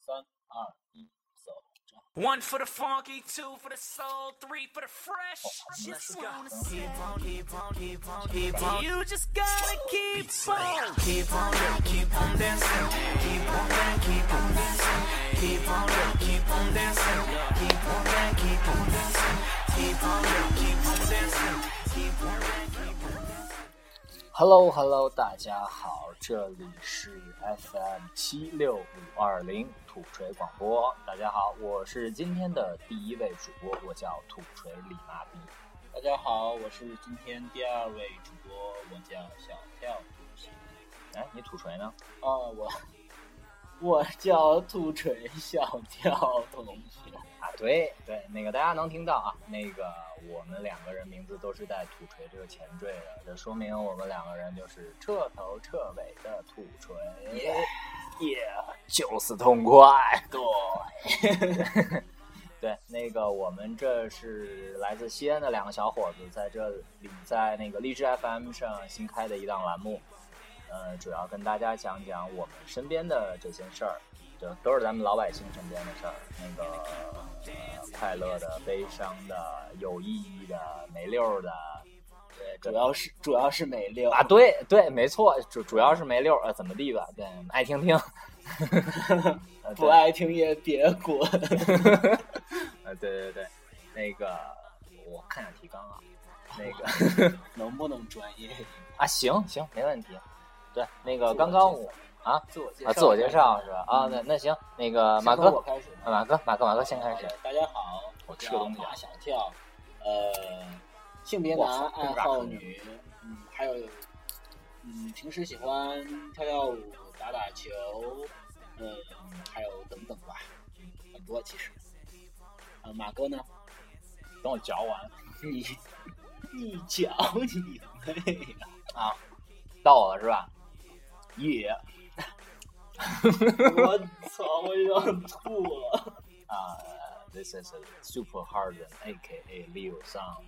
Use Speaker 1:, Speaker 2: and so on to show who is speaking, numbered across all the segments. Speaker 1: 三二一，走。
Speaker 2: One for the funky, two for the soul, three for the fresh.
Speaker 3: Oh,
Speaker 2: Just wanna see it.
Speaker 3: keep on, keep on, keep on,
Speaker 2: You just gotta keep on.
Speaker 3: keep on, keep on dancing, keep on, keep on dancing, keep on, keep on dancing, keep on, keep on dancing, keep on, keep on dancing, keep on, keep on dancing.
Speaker 1: Hello Hello，大家好，这里是 FM 七六五二零土锤广播。大家好，我是今天的第一位主播，我叫土锤李麻痹。大家好，我是今天第二位主播，我叫小跳哎，你土锤呢？啊，我 我叫土锤小跳同学。啊，对对，那个大家能听到啊，那个我们两个人名字都是带“土锤”这个前缀的，这说明我们两个人就是彻头彻尾的土锤，耶耶，就是痛快，对。对， 那个我们这是来自西安的两个小伙子，在这里在那个荔枝 FM 上新开的一档栏目，呃，主要跟大家讲讲我们身边的这些事儿，就都是咱们老百姓身边的事儿，那个、呃、快乐的、悲伤的、有意义的、没溜儿的，对，主要是主要是没溜啊，对对，没错，主主要是没溜儿，呃，怎么地吧，对，爱听 听，呃
Speaker 4: 不
Speaker 1: 对
Speaker 4: 爱听也别滚。
Speaker 1: 呃，对对对，那个我看下提纲啊，那个
Speaker 4: 能不能专业？
Speaker 1: 啊，行行，没问题。对，那个
Speaker 4: 自我
Speaker 1: 刚刚
Speaker 4: 介
Speaker 1: 我啊
Speaker 4: 自我介绍，
Speaker 1: 啊，自我介绍是吧？啊，那那行，那个马哥
Speaker 4: 嗯我，开始吧。
Speaker 1: 啊马哥，马哥，马哥先开始。
Speaker 4: 大家好，
Speaker 1: 我
Speaker 4: 我
Speaker 1: 吃个
Speaker 4: 叫
Speaker 1: 东西啊
Speaker 4: 马小跳，呃，性别
Speaker 1: 哇
Speaker 4: 男，
Speaker 1: 塞
Speaker 4: 爱好女，嗯，还有，嗯，平时喜欢跳跳舞、打打球，嗯，还有等等吧，很多其实。呃，马哥呢？
Speaker 1: 等我嚼完。
Speaker 4: 你你讲你妹呀！
Speaker 1: 到我了是吧？ 耶
Speaker 4: 我操，我有点吐了。
Speaker 1: 啊，This is a super hard a k a Leo Song，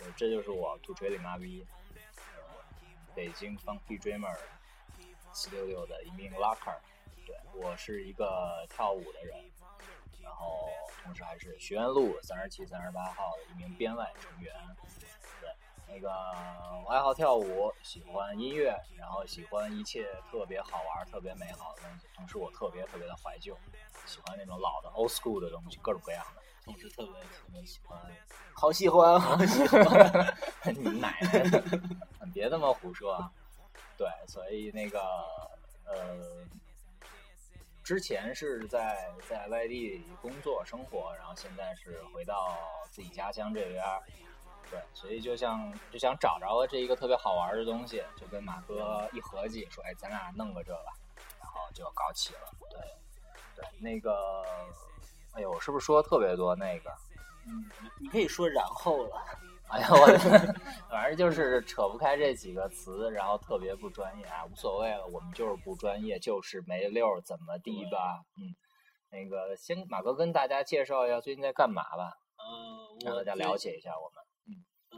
Speaker 1: 呃这就是我土锤里妈逼，呃北京 Funky Dreamer 四六六的一名 Locker，对我是一个跳舞的人，然后同时还是学院路三十七、三十八号的一名编外成员。对，那个我爱好跳舞，喜欢音乐，然后喜欢一切特别好玩、特别美好的东西。同时，我特别特别的怀旧，喜欢那种老的 old school 的东西，各种各样的。
Speaker 4: 总是特别特别喜欢。
Speaker 1: 好喜欢，好喜欢！你奶奶，别这么胡说啊！对，所以那个呃，之前是在在外地工作生活，然后现在是回到自己家乡这边儿。对，所以就像就想找着了这一个特别好玩的东西，就跟马哥一合计说：“哎，咱俩弄个这吧。”然后就搞起了。对，对，那个，哎呦，我是不是说的特别多？那个，
Speaker 4: 嗯，你可以说然后了。
Speaker 1: 哎呀，我的 反正就是扯不开这几个词，然后特别不专业啊，无所谓了，我们就是不专业，就是没溜儿，怎么地吧？嗯，那个先马哥跟大家介绍一下最近在干嘛吧，
Speaker 4: 呃，
Speaker 1: 让
Speaker 4: 我
Speaker 1: 大家
Speaker 4: 最
Speaker 1: 了。解一下我们。
Speaker 4: 嗯，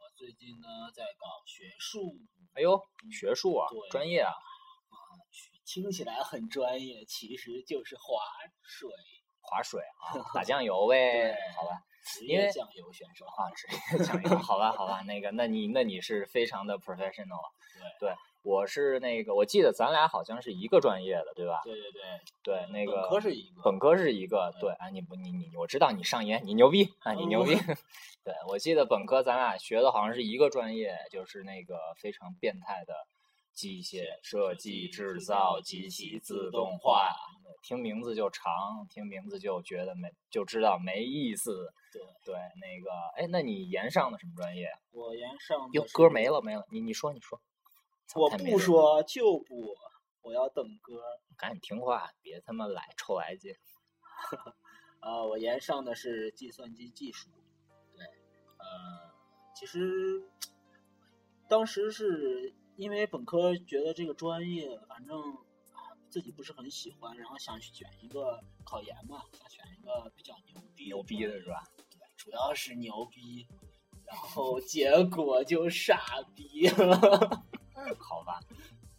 Speaker 4: 我最近呢在搞学术，
Speaker 1: 哎呦，学术啊，
Speaker 4: 嗯对
Speaker 1: 专业啊，
Speaker 4: 听起来很专业，其实就是划水，
Speaker 1: 划水 啊，打酱油呗
Speaker 4: 对，
Speaker 1: 好吧？
Speaker 4: 职
Speaker 1: 因为
Speaker 4: 业酱油选手
Speaker 1: 啊，职 业酱油， 好吧，好吧，那个，那你那你是非常的 professional 了。对，我是那个，我记得咱俩好像是一个专业的，对吧？
Speaker 4: 对对对，
Speaker 1: 对，那个
Speaker 4: 本科是一个，
Speaker 1: 本科是一个，对，啊，你不，你你，我知道你上研，你牛逼啊，你牛逼。 对，我记得本科咱俩学的好像是一个专业，就是那个非常变态的机械设计、制造、机器自动化。听名字就长，听名字就觉得没，就知道没意思。
Speaker 4: 对
Speaker 1: 对，那个，哎，那你研上的什么专业？
Speaker 4: 我研上
Speaker 1: 哟
Speaker 4: 的，
Speaker 1: 歌
Speaker 4: 是
Speaker 1: 没，了没了，你你说你说，操
Speaker 4: 我
Speaker 1: 太没
Speaker 4: 不
Speaker 1: 用了，
Speaker 4: 说就不，我要等歌。
Speaker 1: 赶紧听话，别他妈来臭来劲。
Speaker 4: 呃，我研上的是计算机技术，对，呃，其实当时是因为本科觉得这个专业，反正啊自己不是很喜欢，然后想去选一个考研嘛，想选一个比较牛逼
Speaker 1: 牛逼的
Speaker 4: 专
Speaker 1: 是吧？
Speaker 4: 业对，主要是牛逼， 然后结果就傻逼了。
Speaker 1: 好吧，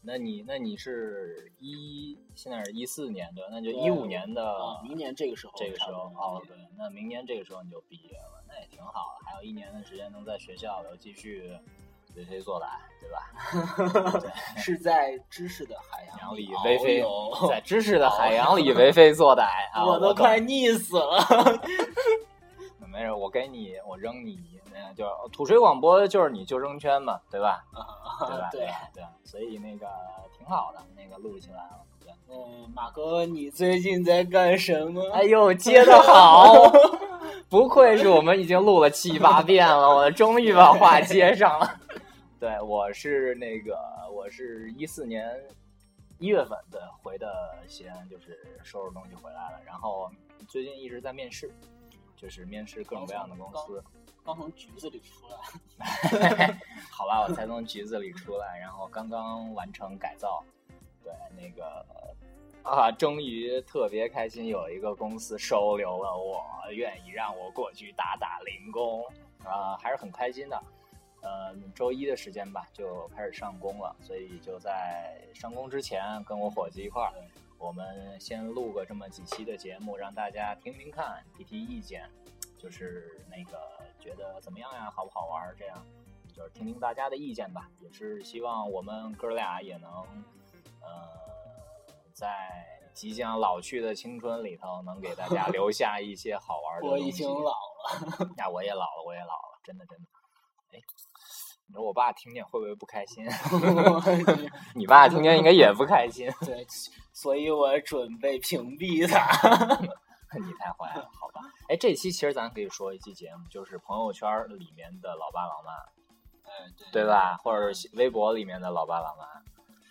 Speaker 1: 那你那你是一现在是一四年对吧？那就
Speaker 4: 对
Speaker 1: 一五年的、
Speaker 4: 啊，明年这个时候
Speaker 1: 这个时
Speaker 4: 差不
Speaker 1: 候
Speaker 4: 多
Speaker 1: 哦，对，那明年这个时候你就毕业了，那也挺好的，还有一年的时间能在学校里头继续为非作歹，对吧？
Speaker 4: 是在知识的
Speaker 1: 海
Speaker 4: 海
Speaker 1: 洋
Speaker 4: 洋
Speaker 1: 里
Speaker 4: 遨
Speaker 1: 为非
Speaker 4: 游，
Speaker 1: 在知识的海洋里为非作歹啊！
Speaker 4: 哦啊 我都
Speaker 1: 懂
Speaker 4: 快溺死了。
Speaker 1: 没事，我给你，我扔你，那就是土锤广播就是你救生圈嘛，对吧？对吧？
Speaker 4: 啊对
Speaker 1: 对吧对吧，所以那个挺好的，那个录起来了。对，
Speaker 4: 嗯，马哥，你最近在干什么？
Speaker 1: 哎呦，接的 好，不愧是我们已经录了七八遍了，我终于把话接上了。 对，我是那个，我是一四年一月份对回的西安，就是收拾东西回来了，然后最近一直在面试，就是面试各种各样的公司。
Speaker 4: 刚从局子里出来。
Speaker 1: 好吧，我才从局子里出来，然后刚刚完成改造，对那个啊，终于特别开心，有一个公司收留了我，愿意让我过去打打零工啊，还是很开心的。呃，周一的时间吧，就开始上工了，所以就在上工之前，跟我伙计一块儿，我们先录个这么几期的节目，让大家听听看，提提意见，就是那个觉得怎么样呀，好不好玩儿这样。就是听听大家的意见吧，也是希望我们哥俩也能，呃，在即将老去的青春里头，能给大家留下一些好玩的东
Speaker 4: 我
Speaker 1: 西。
Speaker 4: 已经老了，
Speaker 1: 那、我也老了，我也老了，真的真的。哎，你说我爸听见会不会不开心？ 你爸听见应该也不开心。
Speaker 4: 对，所以我准备屏蔽他。
Speaker 1: 你太坏了，好吧？哎，这期其实咱可以说一期节目，就是朋友圈里面的老爸老妈，
Speaker 4: 哎
Speaker 1: 对吧？或者是微博里面的老爸老妈，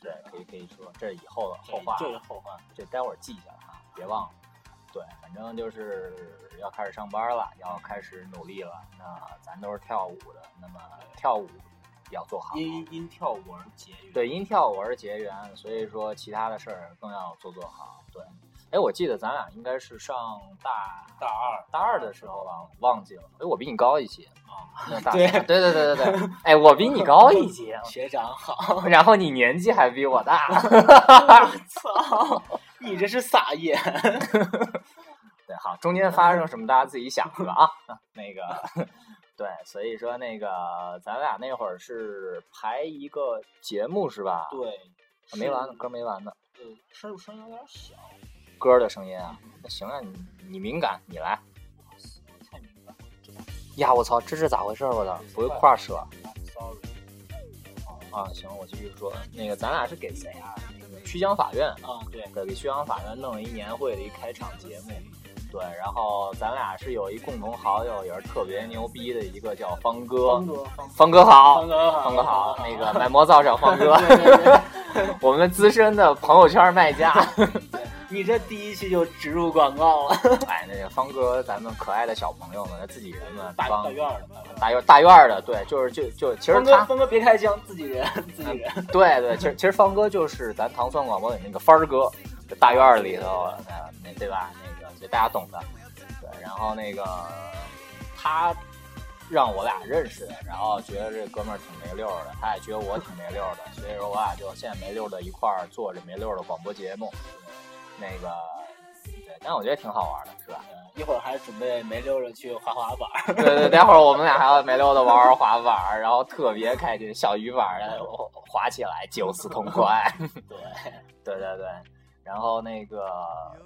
Speaker 1: 对，可以可以说，这是以后的后话。
Speaker 4: 这是后话。
Speaker 1: 这待会儿记一下啊，别忘了。对，反正就是要开始上班了，要开始努力了。那咱都是跳舞的，那么跳舞要做好。
Speaker 4: 因因跳舞而结缘。
Speaker 1: 对，因跳舞而结缘，所以说其他的事儿更要做做好。对，哎，我记得咱俩应该是上大
Speaker 4: 大二
Speaker 1: 大二的时候吧，忘记了。哎，我比你高一级啊。大
Speaker 4: 对
Speaker 1: 对对对对对，哎，我比你高一级，
Speaker 4: 学长好，
Speaker 1: 然后你年纪还比我大。
Speaker 4: 操，你这是撒野。
Speaker 1: 对，好，中间发生什么大家自己想去吧啊。 那个，对，所以说那个咱俩那会儿是排一个节目是吧？
Speaker 4: 对，
Speaker 1: 啊没完呢，歌没完呢，
Speaker 4: 呃，声儿声音有点小，
Speaker 1: 歌的声音啊。
Speaker 4: 嗯
Speaker 1: 那行啊，你你敏感，你来。
Speaker 4: 太明白了。
Speaker 1: 呀，我操，这是咋回事儿？我操，不会跨舍
Speaker 4: I'm sorry。
Speaker 1: 啊！行，我继续说，那个咱俩是给谁啊？那个曲江法院
Speaker 4: 啊，对，
Speaker 1: 对，给徐阳法院弄了一年会的一开场节目。对，然后咱俩是有一共同好友，也是特别牛逼的一个叫方哥
Speaker 4: 方，哥，
Speaker 1: 方哥好
Speaker 4: 方，哥好，
Speaker 1: 方哥好，那个买魔造手方哥，
Speaker 4: 对对对，
Speaker 1: 我们资深的朋友圈卖家。
Speaker 4: 你这第一期就植入广告了，
Speaker 1: 哎，那个方哥，咱们可爱的小朋友们，他自己人嘛，
Speaker 4: 大大
Speaker 1: 方
Speaker 4: 院儿的。大院儿
Speaker 1: 大院大院儿的，对，就是就就其实
Speaker 4: 峰哥，
Speaker 1: 他，
Speaker 4: 峰哥别开枪，自己 人，自己人。
Speaker 1: 对对，其实其实方哥就是咱糖蒜广播里那个帆儿哥，在大院儿里头，那那对吧？那个就大家懂的。对，然后那个他让我俩认识的，然后觉得这哥们儿挺没溜儿的，他也觉得我挺没溜儿的，所以说我俩就现在没溜儿的一块儿做着没溜儿的广播节目。那个，对，但我觉得挺好玩的，是吧？
Speaker 4: 一会儿还准备没溜着去滑滑板 儿，
Speaker 1: 对对，待会儿我们俩还要没溜的玩玩滑板儿，然后特别开心，小鱼板儿然后滑起来，九死同快。
Speaker 4: 对，
Speaker 1: 对对对，然后那个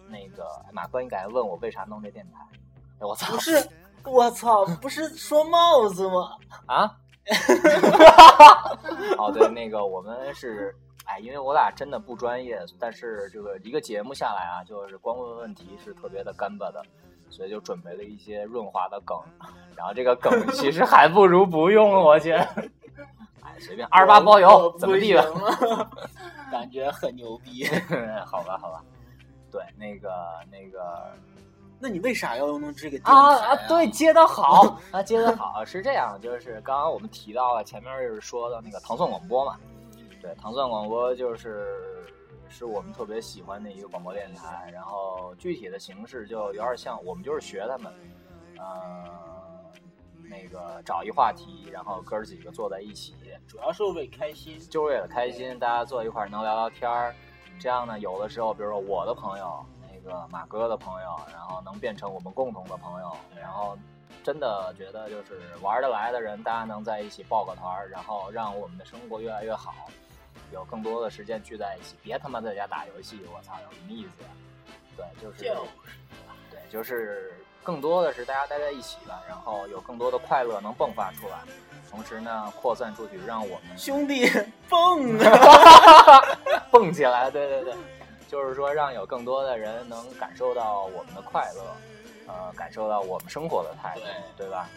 Speaker 1: 那个马哥，你敢问我为啥弄这电台？哎我操
Speaker 4: 不 是，我操，不是说帽子吗？
Speaker 1: 啊！哦，对，那个我们是，哎，因为我俩真的不专业，但是这个一个节目下来啊，就是光问问题是特别的干巴的，所以就准备了一些润滑的梗，然后这个梗其实还不如不用，我觉得。 哎，随便二十八包邮，怎么地吧？
Speaker 4: 吧？感觉很牛逼。
Speaker 1: 好吧，好吧。对，那个那个
Speaker 4: 那你为啥要用这个电台
Speaker 1: 啊啊，对，接的好 啊，接的好是这样，就是刚刚我们提到了前面就是说到那个糖蒜广播嘛，对，糖蒜广播就是是我们特别喜欢的一个广播电台，然后具体的形式就有点像我们就是学他们，呃，那个找一话题，然后哥儿几个坐在一起，
Speaker 4: 主要是为开心。
Speaker 1: 就为了开心，大家坐一块儿能聊聊天儿。这样呢，有的时候，比如说我的朋友，那个马哥的朋友，然后能变成我们共同的朋友，然后真的觉得就是玩得来的人，大家能在一起抱个团儿，然后让我们的生活越来越好，有更多的时间聚在一起，别他妈在家打游戏，我操，有什么意思呀？对，就是，对，就是更多的是大家待在一起了，然后有更多的快乐能迸发出来，同时呢，扩散出去，让我们
Speaker 4: 兄弟，蹦啊！
Speaker 1: 蹦起来，对对对，就是说让有更多的人能感受到我们的快乐，呃，感受到我们生活的态度，对吧？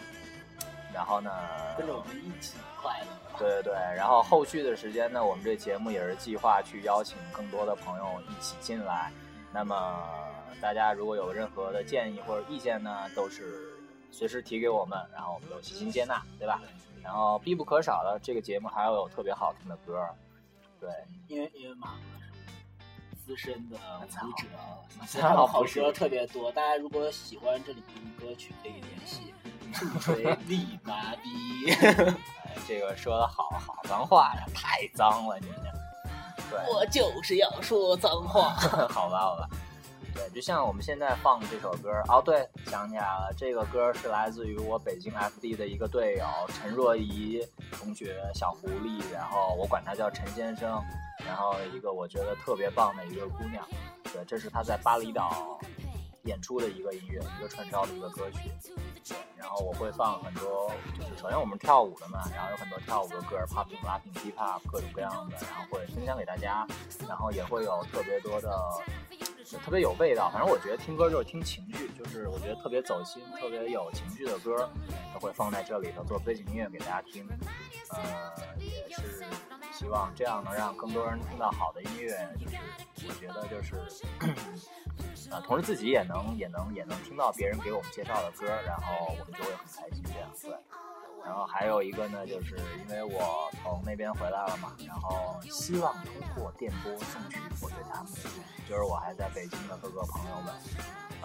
Speaker 1: 然后呢，
Speaker 4: 跟着我们一起快乐。
Speaker 1: 对对对，然后后续的时间呢，我们这节目也是计划去邀请更多的朋友一起进来。那么大家如果有任何的建议或者意见呢，都是随时提给我们，然后我们都悉心接纳，对吧？然后必不可少的，这个节目还要有特别好听的歌儿，对，
Speaker 4: 因为因为马哥是资深的舞者，所以
Speaker 1: 那
Speaker 4: 他的好
Speaker 1: 不是
Speaker 4: 歌特别多。大家如果喜欢这里面的歌曲，可以联系助锤力麻痹，
Speaker 1: 哎，这个说的好好脏话呀，太脏了，你们这。对，
Speaker 4: 我就是要说脏话。
Speaker 1: 好吧，好吧。对，就像我们现在放的这首歌，哦，对，想起来了，这个歌是来自于我北京 FD 的一个队友陈若仪同学，小狐狸，然后我管她叫陈先生，然后一个我觉得特别棒的一个姑娘，对，这是她在巴厘岛演出的一个音乐，一个串烧的一个歌曲，然后我会放很多，就是首先我们跳舞的嘛，然后有很多跳舞的歌，popping、lapping、hip hop 各种各样的，然后会分享给大家，然后也会有特别多的，就特别有味道。反正我觉得听歌就是听情绪，就是我觉得特别走心、特别有情绪的歌，都会放在这里头做背景音乐给大家听。呃，也是希望这样能让更多人听到好的音乐，就是我觉得就是。 啊，同时自己也能也能也能听到别人给我们介绍的歌，然后我们就会很开心这样。对，然后还有一个呢，就是因为我从那边回来了嘛，然后希望通过电波送去我对他们的祝福，就是我还在北京的各个朋友们，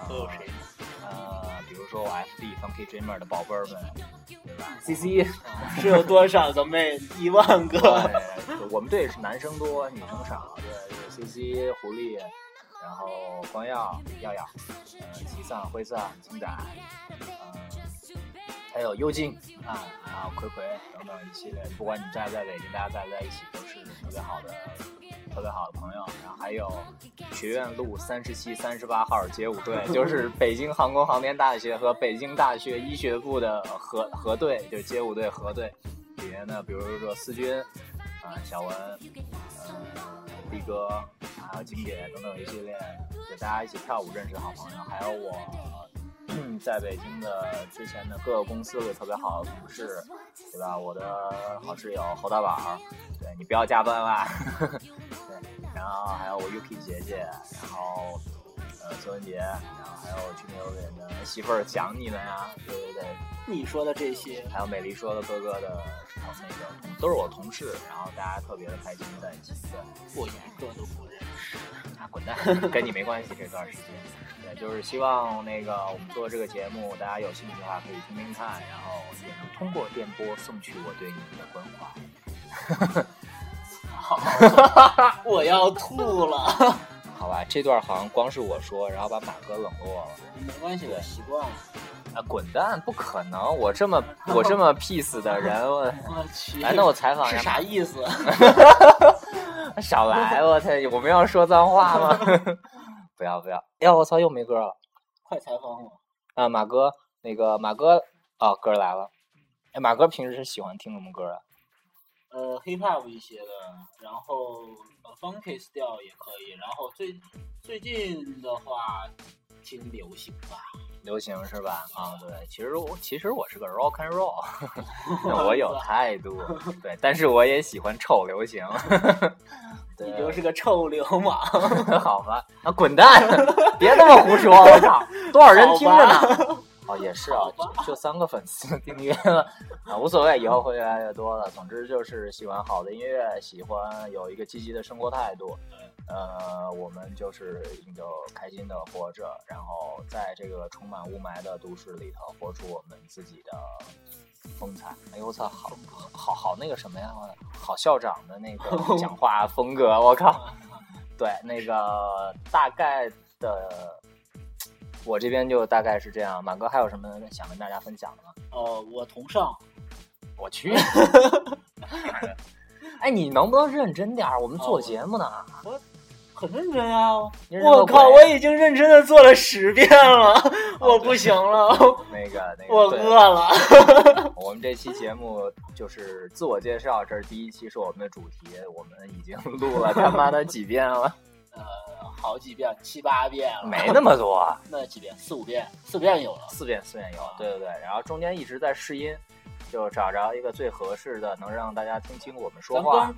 Speaker 4: 都有谁
Speaker 1: 呃？呃，比如说我 FD Funky Dreamer 的宝贝儿们，对吧？CC， 嗯
Speaker 4: 是有多少个妹？一万个。
Speaker 1: 对，我们队是男生多，女生少。对，有 CC、狐狸，然后光耀、耀耀，呃，七丧、灰丧、金仔，呃，还有幽静啊，还有葵葵等等一系列。不管你在不在北京，大家在不在一起，都是特别好的、特别好的朋友。然后还有学院路三十七、三十八号街舞队，就是北京航空航天大学和北京大学医学部的合合队，就是街舞队合队。里面呢，比如说思君啊、小文、呃、力哥，还有金姐等等一系列，给大家一起跳舞认识的好朋友，还有我。嗯在北京的之前的各个公司的特别好的同事，对吧？我的好室友侯大宝儿，对你不要加班啦。 对，然后还有我 UK 姐姐，然后呃孙文杰，然后还有去牛人的媳妇儿想你们呀，对对对，
Speaker 4: 你说的这些，
Speaker 1: 还有美丽说的哥哥的，还有那个同都是我同事，然后大家特别的开心在一起，对，
Speaker 4: 我一个都不认识。
Speaker 1: 啊滚蛋，跟你没关系这段时间。对，就是希望那个我们做这个节目，大家有兴趣的话可以听听看，然后也能通过电波送去我对你们的关怀。
Speaker 4: 我要吐了。
Speaker 1: 好吧，这段好像光是我说，然后把马哥冷落了。
Speaker 4: 没关系，我习惯了。
Speaker 1: 啊，滚蛋！不可能，我这么我这么 peace 的人，我
Speaker 4: 我去，
Speaker 1: 来，那我采访一
Speaker 4: 是
Speaker 1: 下
Speaker 4: 啥意思？
Speaker 1: 少来，我操！我们要说脏话吗？ 不要不要！哎呀，我操，又没歌了
Speaker 4: 快采访我。
Speaker 1: 啊！马哥，那个马哥，哦，歌来了。哎，马哥平时是喜欢听什么歌啊？
Speaker 4: 呃，hip hop 一些的，然后呃 funky 调也可以，然后最最近的话听流行吧，
Speaker 1: 流行是吧？啊，对，其实我其实我是个 rock and roll，那 我 有态度，对，但是我也喜欢臭流行。
Speaker 4: 你就是个臭流氓，
Speaker 1: 好吧，啊，滚蛋！别他妈胡说，我操，多少人听着呢？哦，也是啊，就就三个粉丝订阅了啊，无所谓，以后会越来越多的。总之就是喜欢好的音乐，喜欢有一个积极的生活态度。呃，我们就是你就开心的活着，然后在这个充满雾霾的都市里头，活出我们自己的风采。哎呦我操，好好好那个什么呀，好校长的那个讲话风格，我靠。对，那个大概的，我这边就大概是这样。满哥还有什么想跟大家分享的吗？
Speaker 4: 呃，我同上，
Speaker 1: 我 去，哎，你能不能认真点儿？我们
Speaker 4: 哦
Speaker 1: 做节目呢，
Speaker 4: 很认真啊！哦
Speaker 1: 你认个
Speaker 4: 我靠，
Speaker 1: 鬼
Speaker 4: 我已经认真的做了十遍 了，我
Speaker 1: 对
Speaker 4: 不行 了，
Speaker 1: 那个那个，
Speaker 4: 我
Speaker 1: 对
Speaker 4: 饿了。
Speaker 1: 我们这期节目就是自我介绍，这是第一期，是我们的主题，我们已经录了他妈的几遍 了，
Speaker 4: 呃，好几遍，七八遍了，
Speaker 1: 没那么多，
Speaker 4: 那啊几遍，四五遍，四五遍有了。
Speaker 1: 四遍四遍有，对对对，然后中间一直在试音，就找着一个最合适的，能让大家听清我们说
Speaker 4: 咱
Speaker 1: 话。
Speaker 4: 光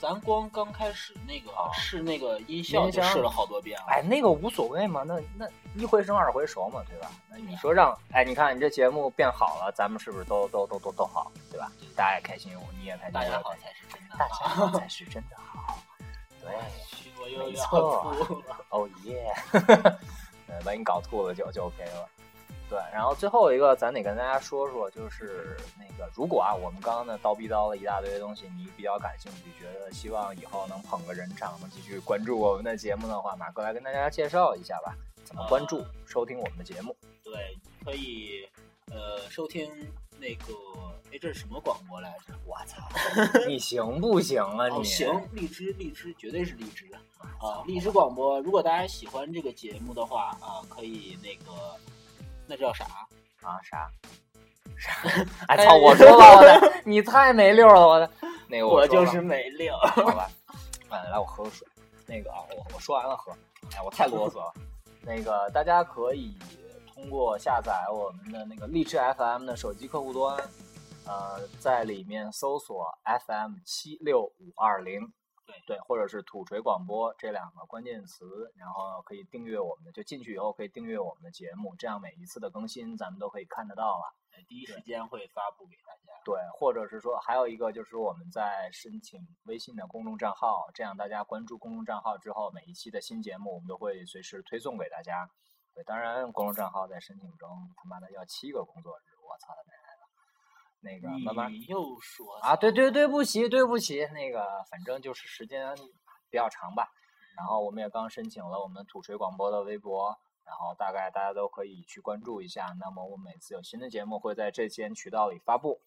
Speaker 4: 咱光刚开始那个
Speaker 1: 啊
Speaker 4: 试那个音效
Speaker 1: 音
Speaker 4: 就
Speaker 1: 箱
Speaker 4: 试了好多遍了。
Speaker 1: 哎，那个无所谓嘛，那那一回生二回熟嘛，对吧？那你说让哎，你看你这节目变好了，咱们是不是都都都都都好，对吧？大家也开心，我你也开心，
Speaker 4: 大
Speaker 1: 我
Speaker 4: 家
Speaker 1: 也
Speaker 4: 好
Speaker 1: 开心，
Speaker 4: 才是真的。
Speaker 1: 大家好 才是真的好。对，
Speaker 4: 去我又
Speaker 1: 没
Speaker 4: 要
Speaker 1: 错
Speaker 4: 吐了。
Speaker 1: 哦耶， 呃，把你搞吐了就就 OK 了。对，然后最后一个，咱得跟大家说说，就是那个，如果啊，我们刚刚呢叨逼叨了一大堆东西，你比较感兴趣，觉得希望以后能捧个人场，能继续关注我们的节目的话，马哥来跟大家介绍一下吧，怎么关
Speaker 4: 啊
Speaker 1: 注、收听我们的节 目。
Speaker 4: 对，可以呃收听那个，哎，这是什么广播来着？我操！
Speaker 1: 你行不行啊你？
Speaker 4: 哦，行，荔枝，荔枝绝对是荔枝啊！荔枝广播，如果大家喜欢这个节目的话啊，可以那个，那叫啥？
Speaker 1: 啊，啥？ 啥？哎操！我说吧，我的，你太没溜了，我的。那个
Speaker 4: 我
Speaker 1: 说吧
Speaker 4: 就是没料。
Speaker 1: 好吧，哎，来我喝口水。那个啊，我我说完了喝，哎，我太啰嗦了。那个大家可以通过下载我们的那个荔枝 FM 的手机客户端，呃，在里面搜索 FM 七六五二零。
Speaker 4: 对
Speaker 1: 对，或者是土锤广播这两个关键词，然后可以订阅我们的，就进去以后可以订阅我们的节目，这样每一次的更新咱们都可以看得到了。
Speaker 4: 第一时间会发布给大家。
Speaker 1: 对，或者是说还有一个就是我们在申请微信的公众账号，这样大家关注公众账号之后，每一期的新节目我们都会随时推送给大家。对，当然公众账号在申请中他妈的要七个工作日，我操他奶奶的！那个慢慢
Speaker 4: 你又说
Speaker 1: 啊，对对对不起对不起，那个反正就是时间比较长吧。然后我们也刚申请了我们土锤广播的微博，然后大概大家都可以去关注一下。那么我每次有新的节目会在这些渠道里发布，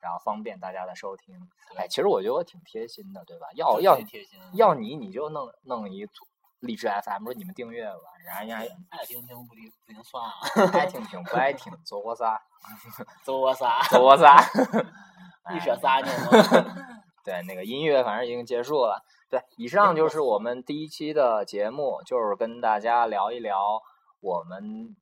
Speaker 1: 然后方便大家的收听。
Speaker 4: 对
Speaker 1: 哎，其实我觉得我挺贴心的，对吧？要
Speaker 4: 特
Speaker 1: 哦要
Speaker 4: 别贴心啊，
Speaker 1: 要你你就弄弄一土荔枝 FM，说你们订阅吧，然后人家
Speaker 4: 爱听听不听不听算 了，
Speaker 1: 爱听听不爱听，做我 仨，
Speaker 4: 走我仨，
Speaker 1: 做我仨。
Speaker 4: 一舍仨呢 吗？
Speaker 1: 哎对，那个音乐反正已经结束了。对，以上就是我们第一期的节目，就是跟大家聊一聊我们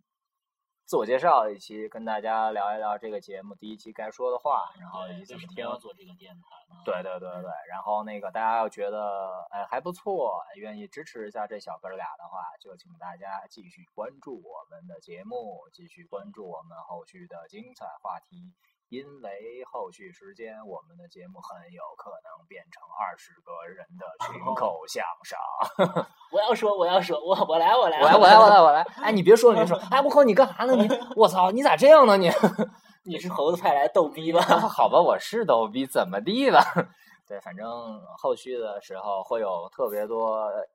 Speaker 1: 自我介绍一期，跟大家聊一聊这个节目第一期该说的话，然后以及
Speaker 4: 对
Speaker 1: 怎
Speaker 4: 为
Speaker 1: 么
Speaker 4: 什么
Speaker 1: 听。
Speaker 4: 要做这个电台呢？
Speaker 1: 对对对对，然后那个大家要觉得哎还不错，愿意支持一下这小哥俩的话，就请大家继续关注我们的节目，继续关注我们后续的精彩话题，因为后续时间我们的节目很有可能变成二十个人的群 口相声。
Speaker 4: 我要说，我要说，我我来，我来，
Speaker 1: 我来我来我来我来，哎你别说了你别说，哎我靠你干啥呢你？我操你咋这样呢你？
Speaker 4: 你是猴子派来逗逼吧？
Speaker 1: 好吧，我是逗逼，怎么地吧？ 对，反正后续的时候会有特别多呃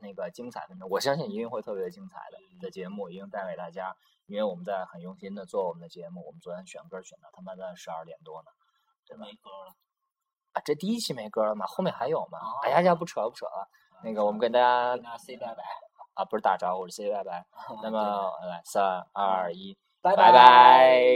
Speaker 1: 那个精彩的，我相信一定会特别精彩的的节目，一定带给大家。因为我们在很用心的做我们的节目，我们昨天选歌选到他妈的十二点多呢，对吧？
Speaker 4: 没歌了，
Speaker 1: 啊，这第一期没歌了吗？后面还有吗？哎
Speaker 4: 哦啊
Speaker 1: 呀呀，不扯了不扯了。那个，我们跟大
Speaker 4: 跟
Speaker 1: 家
Speaker 4: 大家 say 拜拜。
Speaker 1: 啊，不是打招呼，我是 say 拜拜。那么来，三二一，
Speaker 4: 啊拜
Speaker 1: 拜拜